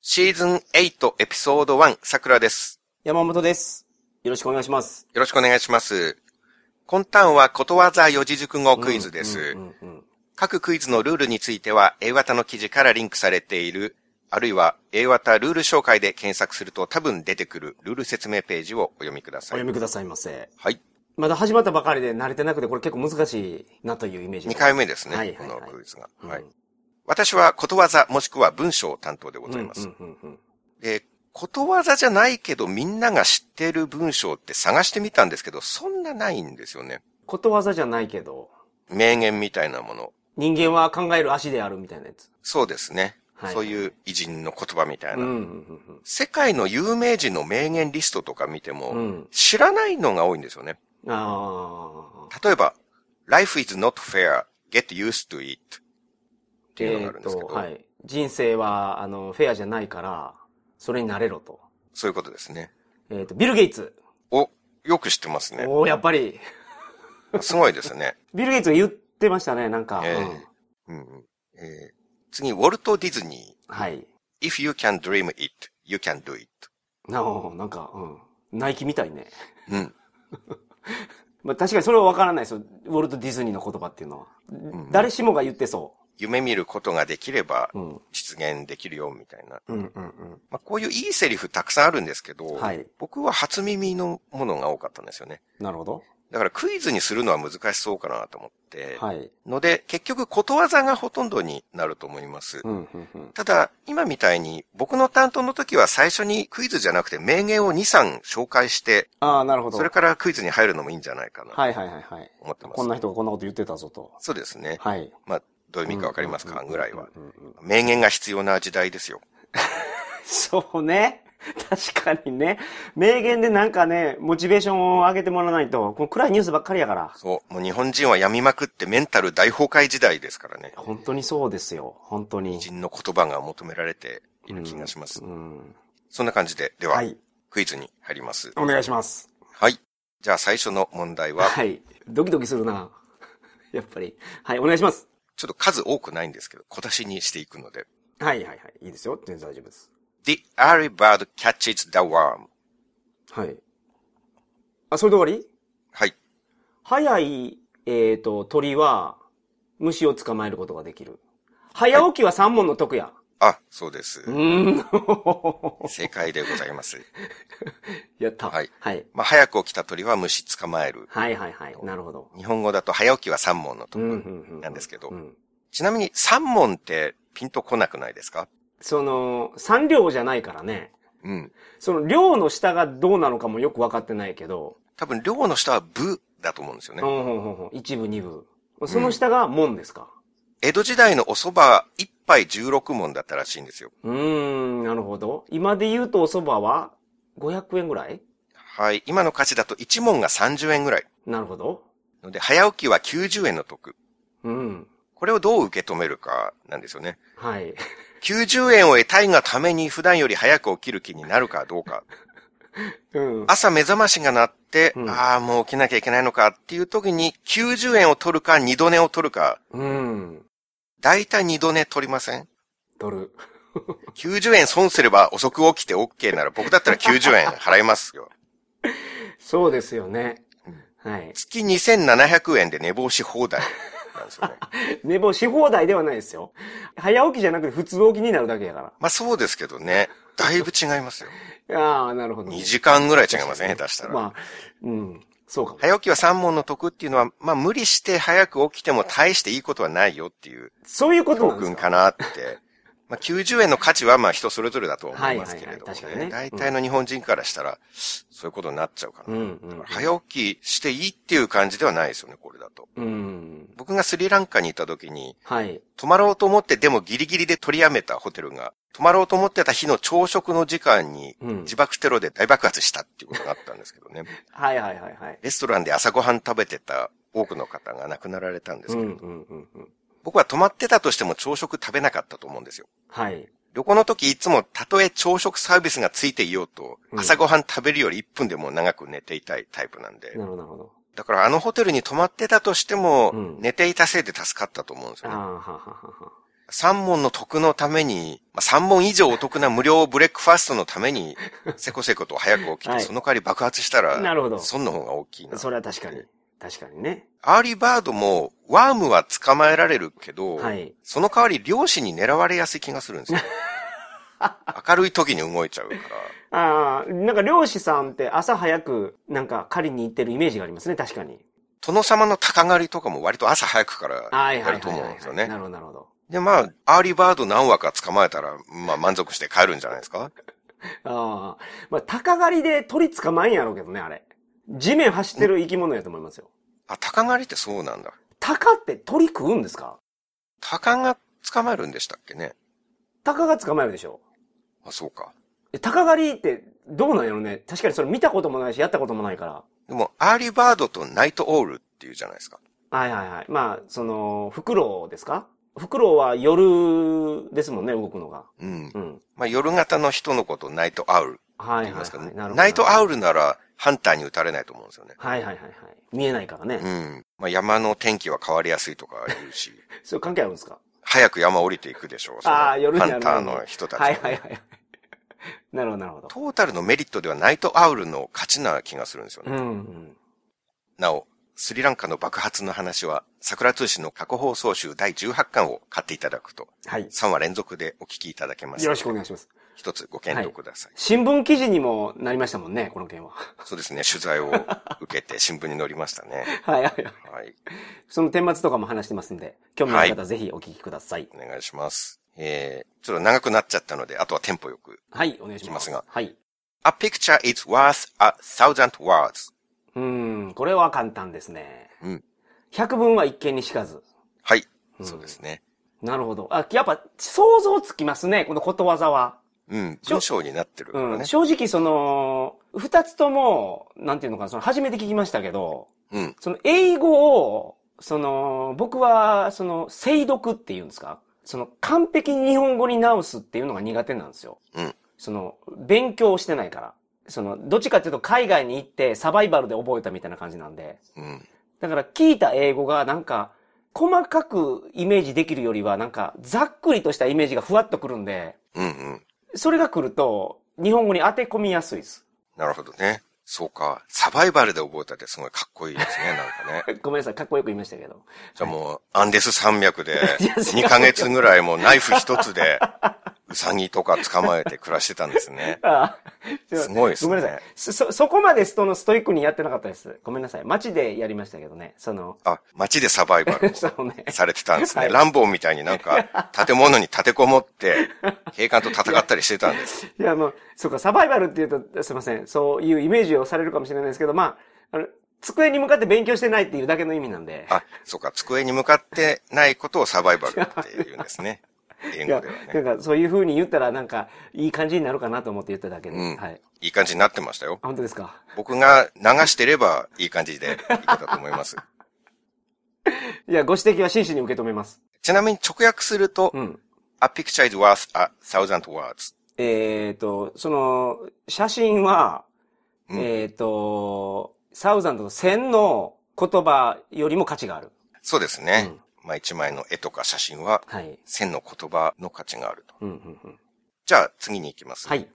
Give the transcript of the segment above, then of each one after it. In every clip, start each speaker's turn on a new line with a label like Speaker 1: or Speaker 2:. Speaker 1: シーズン8エピソード1、桜です。
Speaker 2: 山本です。よろしくお願いします。
Speaker 1: よろしくお願いします。今端はことわざ四字熟語クイズです。
Speaker 2: うんうん
Speaker 1: 各クイズのルールについては、A 型の記事からリンクされている、あるいは A 型ルール紹介で検索すると多分出てくるルール説明ページをお読みくだ
Speaker 2: お
Speaker 1: さい
Speaker 2: 読。みくださいませ。
Speaker 1: はい。
Speaker 2: まだ始まったばかりで慣れてなくて、これ結構難しいなというイメージ。
Speaker 1: 2回目ですね、
Speaker 2: はいはいはい
Speaker 1: このクイズが。
Speaker 2: うん
Speaker 1: はい。私はことわざもしくは文章を担当でご
Speaker 2: うん
Speaker 1: ざ
Speaker 2: う
Speaker 1: い
Speaker 2: ん
Speaker 1: ます。
Speaker 2: うんうん
Speaker 1: で、ことわざじゃないけどみんなが知ってる文章って探してみたんですけど、そんなないんですよね。
Speaker 2: ことわざじゃないけど、
Speaker 1: 名言みたいなもの。
Speaker 2: 人間は考える足であるみたいなやつ。
Speaker 1: そうですね。
Speaker 2: はい
Speaker 1: そういう偉人の言葉みたい
Speaker 2: うん
Speaker 1: な。
Speaker 2: うんうん
Speaker 1: 世界の有名人の名言リストとか見ても、
Speaker 2: うん。うん。
Speaker 1: 知らないのが多いんですよね。
Speaker 2: ああ。
Speaker 1: 例えば、life is not fair, get used to it っていうのがあるんですけ
Speaker 2: え
Speaker 1: ど、
Speaker 2: ーとはい。人生は、あの、フェアじゃないから、それになれろと。
Speaker 1: そういうことですね。
Speaker 2: えっ、と、ビル・ゲイツ。
Speaker 1: お、よく知ってますね。
Speaker 2: おおやっぱり。
Speaker 1: すごいですね。
Speaker 2: ビル・ゲイツが言ってましたね、なんか。
Speaker 1: えー
Speaker 2: うん
Speaker 1: うんうんえー次、ウォルト・ディズニ
Speaker 2: はい。
Speaker 1: ー。If you can dream it, you can do it.
Speaker 2: なお、なんか、うん。ナイキみたいね。
Speaker 1: うん。
Speaker 2: まあ確かにそれは分からないですよ。ウォルト・ディズニーの言葉っていうのは。
Speaker 1: ん
Speaker 2: 誰しもが言ってそ
Speaker 1: 夢見ることができれば
Speaker 2: う。うん。
Speaker 1: 実現できるよ、みたいな。
Speaker 2: うんうん
Speaker 1: まあ、こういういいセリフたくさんあるんですけど、
Speaker 2: はい
Speaker 1: 僕は初耳のものが多かったんですよね。
Speaker 2: うん。なるほど。
Speaker 1: だからクイズにするのは難しそうかなと思って、
Speaker 2: はい。
Speaker 1: ので、結局ことわざがほとんどになると思います。
Speaker 2: うんうんうん。
Speaker 1: ただ、今みたいに、僕の担当の時は最初にクイズじゃなくて名言を2、3紹介して、
Speaker 2: ああ、なるほど。
Speaker 1: それからクイズに入るのもいいんじゃないかなと
Speaker 2: はいはいはいはい。
Speaker 1: 思ってます。
Speaker 2: こんな人がこんなこと言ってたぞと。
Speaker 1: そうですね。
Speaker 2: はい。
Speaker 1: まあ、どういう意味かわかりますかぐらいは
Speaker 2: う。んうんうん。
Speaker 1: 名言が必要な時代ですよ。
Speaker 2: そうね。確かにね。名言でなんかね、モチベーションを上げてもらわないと、この暗いニュースばっかりやから。
Speaker 1: そう。もう日本人は病みまくってメンタル大崩壊時代ですからね。
Speaker 2: 本当にそうですよ。本当に。
Speaker 1: 人の言葉が求められている気がします。
Speaker 2: うん。
Speaker 1: そんな感じで、では、
Speaker 2: はい。
Speaker 1: クイズに入ります。
Speaker 2: お願いします。
Speaker 1: はい。じゃあ最初の問題 は、
Speaker 2: はい。ドキドキするな。 やっぱり。はい、お願いします。
Speaker 1: ちょっと数多くないんですけど、小出しにしていくので。
Speaker 2: はいはいはい。いいですよ。全然大丈夫です。
Speaker 1: The early bird catches the worm.
Speaker 2: はい。あ、それで終わり
Speaker 1: はい。
Speaker 2: 早い、えっ、と、鳥は、虫を捕まえることができる。早起きは三問の得や。
Speaker 1: あ、そうです。
Speaker 2: うーん。
Speaker 1: 正解でございます。
Speaker 2: やった。
Speaker 1: はい
Speaker 2: はい。
Speaker 1: まあ、早く起きた鳥は虫捕まえる。
Speaker 2: はいはいはい。なるほど。
Speaker 1: 日本語だと早起きは三問のと
Speaker 2: う
Speaker 1: こ
Speaker 2: ん、う
Speaker 1: ろ
Speaker 2: ん、うん。
Speaker 1: なんですけど
Speaker 2: う。ん。
Speaker 1: ちなみに三問ってピンとこなくないですか
Speaker 2: その、三両じゃないからね。
Speaker 1: うん。
Speaker 2: その、両の下がどうなのかもよくわかってないけど、
Speaker 1: 多分、量の下は部だと思うんですよね
Speaker 2: う。ん、うん、うんうん。一部、二部。その下が門ですか。
Speaker 1: 江戸時代のお蕎麦一杯16問だったらしいんですよ。
Speaker 2: うーん、なるほど。今で言うとお蕎麦は500円ぐらい
Speaker 1: はい。今の価値だと1問が30円ぐらい。
Speaker 2: なるほど。
Speaker 1: ので、早起きは90円の得。
Speaker 2: うん。
Speaker 1: これをどう受け止めるかなんですよね。
Speaker 2: はい。
Speaker 1: 90円を得たいがために普段より早く起きる気になるかどうか。
Speaker 2: うん。
Speaker 1: 朝目覚ましが鳴って、
Speaker 2: うん
Speaker 1: ああ、もう起きなきゃいけないのかっていう時に90円を取るか二度寝を取るか。
Speaker 2: うん。
Speaker 1: だいたい二度寝取りません
Speaker 2: ドル。
Speaker 1: 90円損すれば遅く起きて OK なら僕だったら90円払いますよ。
Speaker 2: そうですよね。はい。
Speaker 1: 月2700円で寝坊し放題なんですよね。
Speaker 2: 寝坊し放題ではないですよ。早起きじゃなくて普通起きになるだけやか
Speaker 1: まあそうですけどね。だいぶ違いますよ。
Speaker 2: ら。ああ、なるほど。
Speaker 1: 2時間ぐらい違いません、下手したら。
Speaker 2: まあ、うん。そうかも。
Speaker 1: 早起きは3問の得っていうのは、まあ無理して早く起きても大していいことはないよっていう
Speaker 2: そういうこと
Speaker 1: 教
Speaker 2: なんです
Speaker 1: 訓
Speaker 2: か。
Speaker 1: かなって。まあ90円の価値はまあ人それぞれだと思いますけれども、
Speaker 2: はいはいはい確か
Speaker 1: 大
Speaker 2: にね
Speaker 1: 体の日本人からしたら、そういうことになっちゃうかな。
Speaker 2: うん、うん。
Speaker 1: 早起きしていいっていう感じではないですよね、これだと。
Speaker 2: うん。
Speaker 1: 僕がスリランカに行った時に、
Speaker 2: はい。
Speaker 1: 泊まろうと思ってでもギリギリで取りやめたホテルが、泊まろうと思ってた日の朝食の時間に
Speaker 2: うん
Speaker 1: 自爆テロで大爆発したっていうことがあったんですけどね。
Speaker 2: はいはいはいはい。
Speaker 1: レストランで朝ごはん食べてた多くの方が亡くなられたんです
Speaker 2: う
Speaker 1: け
Speaker 2: ん、
Speaker 1: ど、
Speaker 2: うん、うん。うん
Speaker 1: 僕は泊まってたとしても朝食食べなかったと思うんですよ。
Speaker 2: はい。
Speaker 1: 旅行の時いつもたとえ朝食サービスがついていようと、
Speaker 2: うん
Speaker 1: 朝ごはん食べるより1分でも長く寝ていたいタイプなんで、
Speaker 2: なるほど、なるほど。
Speaker 1: だからあのホテルに泊まってたとしても、
Speaker 2: うん
Speaker 1: 寝ていたせいで助かったと思うんです
Speaker 2: あ
Speaker 1: よ
Speaker 2: あ、
Speaker 1: ね。
Speaker 2: はははは。
Speaker 1: 3問の得のために、まあ、3問以上お得な無料ブレックファーストのために、せこせこと早く起きて、
Speaker 2: はい
Speaker 1: その代わり爆発したら、
Speaker 2: なるほど
Speaker 1: 損の方が大きいな。
Speaker 2: それは確かに。確かにね。
Speaker 1: アーリーバードも、ワームは捕まえられるけど、
Speaker 2: はい
Speaker 1: その代わり漁師に狙われやすい気がするん ですよ。明るい時に動いちゃうから。
Speaker 2: ああ、なんか漁師さんって朝早くなんか狩りに行ってるイメージがありますね、確かに。
Speaker 1: 殿様の鷹狩りとかも割と朝早くから
Speaker 2: はい
Speaker 1: や
Speaker 2: はい
Speaker 1: ると
Speaker 2: はい
Speaker 1: 思
Speaker 2: は
Speaker 1: うん
Speaker 2: い
Speaker 1: ですよ
Speaker 2: な
Speaker 1: ね。
Speaker 2: るほど、なるほど。
Speaker 1: で、まあ、アーリーバード何羽か捕まえたら、まあ満足して帰るんじゃないですか
Speaker 2: ああ。まあ、鷹狩りで鳥捕まえんやろうけどね、あれ。地面走ってる生き物やと思いますよ。
Speaker 1: あ、鷹狩りってそうなんだ。
Speaker 2: 鷹って鳥食うんですか
Speaker 1: 鷹が捕まえるんでしたっけね
Speaker 2: 鷹が捕まえるでしょ。
Speaker 1: あ、そうか。
Speaker 2: え鷹狩りってどうなんやろね。確かにそれ見たこともないし、やったこともないから。
Speaker 1: でも、アーリーバードとナイトオールっていうじゃないですか。
Speaker 2: はいはいはい。まあ、その、フクロウですかフクロウは夜ですもんね、動くのが。
Speaker 1: うん。
Speaker 2: うん。
Speaker 1: まあ、夜型の人のことナイトアウルって
Speaker 2: はいは
Speaker 1: 言
Speaker 2: い、
Speaker 1: いますけど
Speaker 2: は
Speaker 1: ね
Speaker 2: い。なるほど。
Speaker 1: ナイトアウ
Speaker 2: ル。
Speaker 1: ルなら、ハンターに撃たれないと思うんですよね。
Speaker 2: はいはいはいはい。見えないからね。
Speaker 1: うん。まあ、山の天気は変わりやすいとか言うし、
Speaker 2: それ関係あるんですか
Speaker 1: 早く山降りていくでしょう。その
Speaker 2: ああ夜に
Speaker 1: ハ
Speaker 2: なる
Speaker 1: ンターの人たちは
Speaker 2: はいはいはい。 なるほどなるほど。
Speaker 1: トータルのメリットではナイトアウルの勝ちな気がするんですよね。
Speaker 2: うん、うん。
Speaker 1: なお、スリランカの爆発の話は、桜通信の過去放送集第18巻を買っていただくと、
Speaker 2: はい。
Speaker 1: 3話連続でお聞きいただけます。
Speaker 2: よろしくお願いします。
Speaker 1: 一つご検討ください。
Speaker 2: 新聞記事にもなりましたもんね、この件は。
Speaker 1: そうですね、取材を受けて新聞に載りましたね。
Speaker 2: はいはいはい。
Speaker 1: はい、
Speaker 2: その顛末とかも話してますんで、興味のある方はぜひお聞きください。
Speaker 1: お願いします。えー、ちょっと長くなっちゃったので、あとはテンポよく。
Speaker 2: はい、お願いしま
Speaker 1: いきます
Speaker 2: す。
Speaker 1: が
Speaker 2: はい。
Speaker 1: A picture is worth a thousand words.
Speaker 2: うーん、これは簡単ですね。
Speaker 1: うん。
Speaker 2: 百分は一見にしかず。
Speaker 1: はい、
Speaker 2: うん
Speaker 1: そうですね。
Speaker 2: なるほど。あ、やっぱ想像つきますね、このことわざは。
Speaker 1: うん、
Speaker 2: しょ
Speaker 1: 文章になってるから
Speaker 2: うん。
Speaker 1: ね。
Speaker 2: 正直その、二つとも、なんていうのかな、その初めて聞きましたけど、
Speaker 1: うん、
Speaker 2: その英語を、その、僕は、その、精読っていうんですかその、完璧に日本語に直すっていうのが苦手なんですよ。
Speaker 1: うん
Speaker 2: その、勉強してないから。その、どっちかっていうと海外に行ってサバイバルで覚えたみたいな感じなんで。
Speaker 1: うん、
Speaker 2: だから聞いた英語がなんか、細かくイメージできるよりは、なんか、ざっくりとしたイメージがふわっとくるんで、
Speaker 1: うん、うん。
Speaker 2: それが来ると、日本語に当て込みやすいです。
Speaker 1: なるほどね。そうか。サバイバルで覚えたってすごいかっこいい ですね、なんかね。
Speaker 2: ごめんなさい、かっこよく言いましたけど。
Speaker 1: じゃあもう、アンデス山脈で、
Speaker 2: いや違う
Speaker 1: 2ヶ月ぐらいもうナイフ一つで、ウサギとか捕まえて暮らしてたんですね。
Speaker 2: ああ
Speaker 1: すごいですね
Speaker 2: ごめんなさい。そ、そそこまでストのストイックにやってなかったです。ごめんなさい。街でやりましたけどね。その、
Speaker 1: あ、街でサバイバルを
Speaker 2: そのね。
Speaker 1: されてたんですね。
Speaker 2: はい
Speaker 1: ランボーみたいになんか、建物に立てこもって、警官と戦ったりしてたんです。
Speaker 2: いや、もう、そうか、サバイバルって言うと、すいません。そういうイメージをされるかもしれないですけど、まあ、あの、机に向かって勉強してないっていうだけの意味なんで。
Speaker 1: あ、そうか、机に向かってないことをサバイバルって言うんですね。英
Speaker 2: いや
Speaker 1: 語ではね。
Speaker 2: なんかそういう風に言ったらなんかいい感じになるかなと思って言っただけで。
Speaker 1: うん
Speaker 2: はい。
Speaker 1: いい感じになってましたよ。
Speaker 2: あ、本当ですか。
Speaker 1: 僕が流してればいい感じでいけたと思います。
Speaker 2: いや、ご指摘は真摯に受け止めます。
Speaker 1: ちなみに直訳すると、
Speaker 2: うん。
Speaker 1: A picture is worth a thousand words.
Speaker 2: えっ、と、その、写真は、
Speaker 1: うん
Speaker 2: えっ、と、サウザンドの1000の言葉よりも価値がある。
Speaker 1: そうですね。まあ一枚の絵とか写真は、
Speaker 2: はい。
Speaker 1: 千の言葉の価値があると。
Speaker 2: うんうんうん。
Speaker 1: じゃあ次に行きます。
Speaker 2: はい。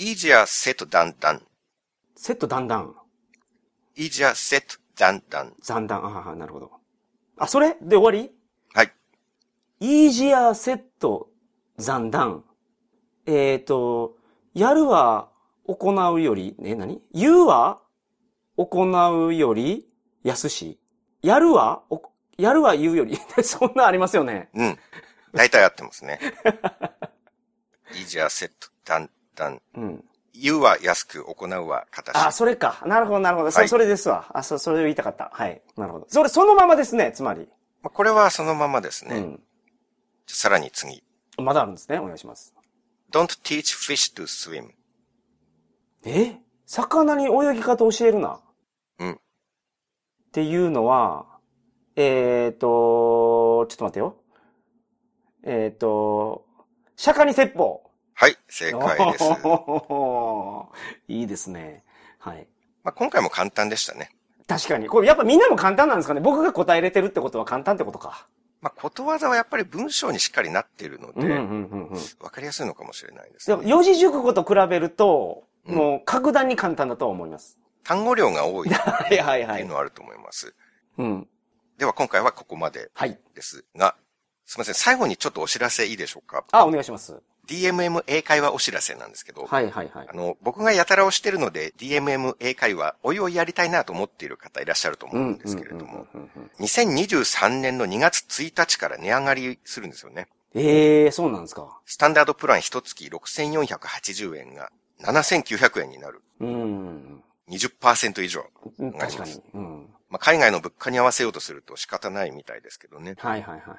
Speaker 1: easier set than done.
Speaker 2: セットだんだん。
Speaker 1: easier set than done.
Speaker 2: 残段。ああ、なるほど。あ、それで終わり
Speaker 1: はい。
Speaker 2: イージアセット、残段。えっ、と、やるは行うより、ね、何言うは行うより安し。やるは、おやるは言うより。 そんなんありますよね。
Speaker 1: うん。大体合ってますね。easier set than done.
Speaker 2: うん。
Speaker 1: 言うは安く、行うは形。
Speaker 2: あ、それか。なるほど、なるほど。そ
Speaker 1: はい
Speaker 2: それですわ。あ、そ、それを言いたかった。はい。なるほど。それ、そのままですね、つまり。
Speaker 1: まあこれはそのままですね。じゃあさらに次。
Speaker 2: うん。まだあるんですね。お願いします。
Speaker 1: don't teach fish to swim.
Speaker 2: え魚に泳ぎ方教えるな。
Speaker 1: うん
Speaker 2: っていうのは、えっ、ー、と、ちょっと待ってよ。えっ、ー、と、釈迦に説法。
Speaker 1: はい、正解です。ま
Speaker 2: おー いいですね。はい。
Speaker 1: あ今回も簡単でしたね。
Speaker 2: 確かに。これやっぱみんなも簡単なんですかね。僕が答えれてるってことは簡単ってことか。
Speaker 1: まあ、ことわざはやっぱり文章にしっかりなってるの
Speaker 2: うん、うん、う
Speaker 1: で、
Speaker 2: ん、うん。
Speaker 1: わかりやすいのかもしれないです
Speaker 2: でも
Speaker 1: ね。
Speaker 2: 四字熟語と比べると、
Speaker 1: うん
Speaker 2: もう格段に簡単だとは思います。
Speaker 1: 単語量が多い っ
Speaker 2: はいはいは
Speaker 1: ていう
Speaker 2: い。
Speaker 1: のはあると思います。
Speaker 2: うん。
Speaker 1: では今回はここまで
Speaker 2: はい。
Speaker 1: ですが、すみません。最後にちょっとお知らせいいでしょうか
Speaker 2: あ、お願いします。
Speaker 1: ?DMM 英会話お知らせなんですけど、
Speaker 2: はいはいはい
Speaker 1: あ。の、僕がやたらをしてるので、DMM 英会話、おいおいやりたいなと思っている方いらっしゃると思うんですけれども、
Speaker 2: うんうんうんうん
Speaker 1: 2023年の2月1日から値上がりするんですよね。
Speaker 2: ええー、そうなんですか。
Speaker 1: スタンダードプラン1月6480円が7900円になる。
Speaker 2: うん。
Speaker 1: 20%以上。
Speaker 2: うん
Speaker 1: お願い
Speaker 2: 確
Speaker 1: し
Speaker 2: か
Speaker 1: ます
Speaker 2: に。うん。
Speaker 1: まあ、海外の物価に合わせようとすると仕方ないみたいですけどね。
Speaker 2: はいはいはいはい。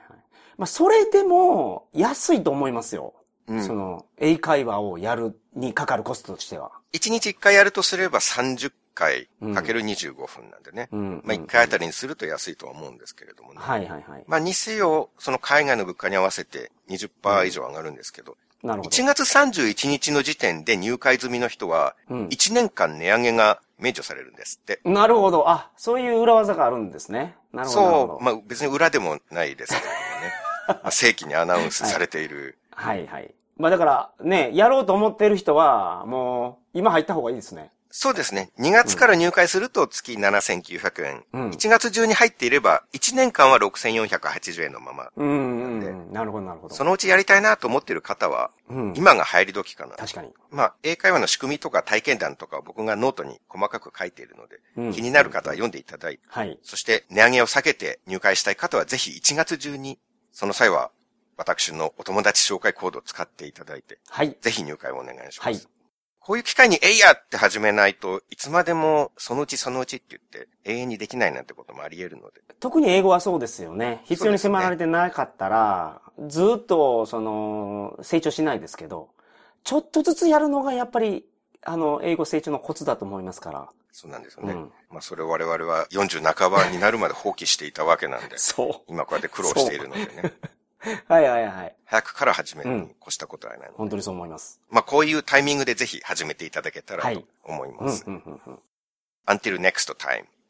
Speaker 2: まあ、それでも、安いと思いますよ。
Speaker 1: う
Speaker 2: そ
Speaker 1: ん。
Speaker 2: の、英会話をやるにかかるコストとしては。
Speaker 1: 1日1回やるとすれば30回かける25分なんでね。
Speaker 2: うん。
Speaker 1: まあ、1回あたりにすると安いとは思うんですけれどもね。
Speaker 2: はいはいはい。
Speaker 1: まあ、にせよ、その海外の物価に合わせて20%以上上がるんですけど、
Speaker 2: なるほど。
Speaker 1: 1月31日の時点で入会済みの人は、
Speaker 2: うん
Speaker 1: 1年間値上げが免除されるんですって。
Speaker 2: なるほど。あ、そういう裏技があるんですね。なるほど。なる
Speaker 1: そ
Speaker 2: ほ
Speaker 1: う、
Speaker 2: ど
Speaker 1: まあ別に裏でもないですけれ どもね。まあ正規にアナウンスされている。
Speaker 2: はいはい。まあだから、ね、やろうと思ってる人は、もう、今入った方がいいですね。
Speaker 1: そうですね。2月から入会すると月7900円。
Speaker 2: うん。
Speaker 1: 1月中に入っていれば、1年間は6480円のまま。
Speaker 2: うんうんうん。なるほどなるほど。
Speaker 1: そのうちやりたいなと思っている方は、
Speaker 2: うん。
Speaker 1: 今が入り時かな。
Speaker 2: 確かに。
Speaker 1: まあ、英会話の仕組みとか体験談とかを僕がノートに細かく書いているので、
Speaker 2: うん
Speaker 1: 気になる方は読んでいただいて、
Speaker 2: はい。
Speaker 1: そして値上げを避けて入会したい方はぜひ1月中に、その際は私のお友達紹介コードを使っていただいて、
Speaker 2: はい。
Speaker 1: ぜひ入会をお願いします。
Speaker 2: はい
Speaker 1: こういう機会にえいやって始めないといつまでもそのうちそのうちって言って永遠にできないなんてこともあり得るので。
Speaker 2: 特に英語はそうですよね。必要に迫られてなかったら、ずっと、その、成長しないですけど、ちょっとずつやるのがやっぱり、あの、英語成長のコツだと思いますから。
Speaker 1: そうなんですよ
Speaker 2: う
Speaker 1: ね。
Speaker 2: ん。、
Speaker 1: まあそれを我々は40半ばになるまで放棄していたわけなんで
Speaker 2: そ
Speaker 1: 今こうやって苦労しているのでね。
Speaker 2: う。はいはいはい。
Speaker 1: 早くから始めるに越したことはないので。
Speaker 2: 本当にそう思います。
Speaker 1: まあこういうタイミングでぜひ始めていただけたら
Speaker 2: はい
Speaker 1: と思い
Speaker 2: うん、う
Speaker 1: ま
Speaker 2: ん
Speaker 1: す。、
Speaker 2: うん、うん。
Speaker 1: Until next time.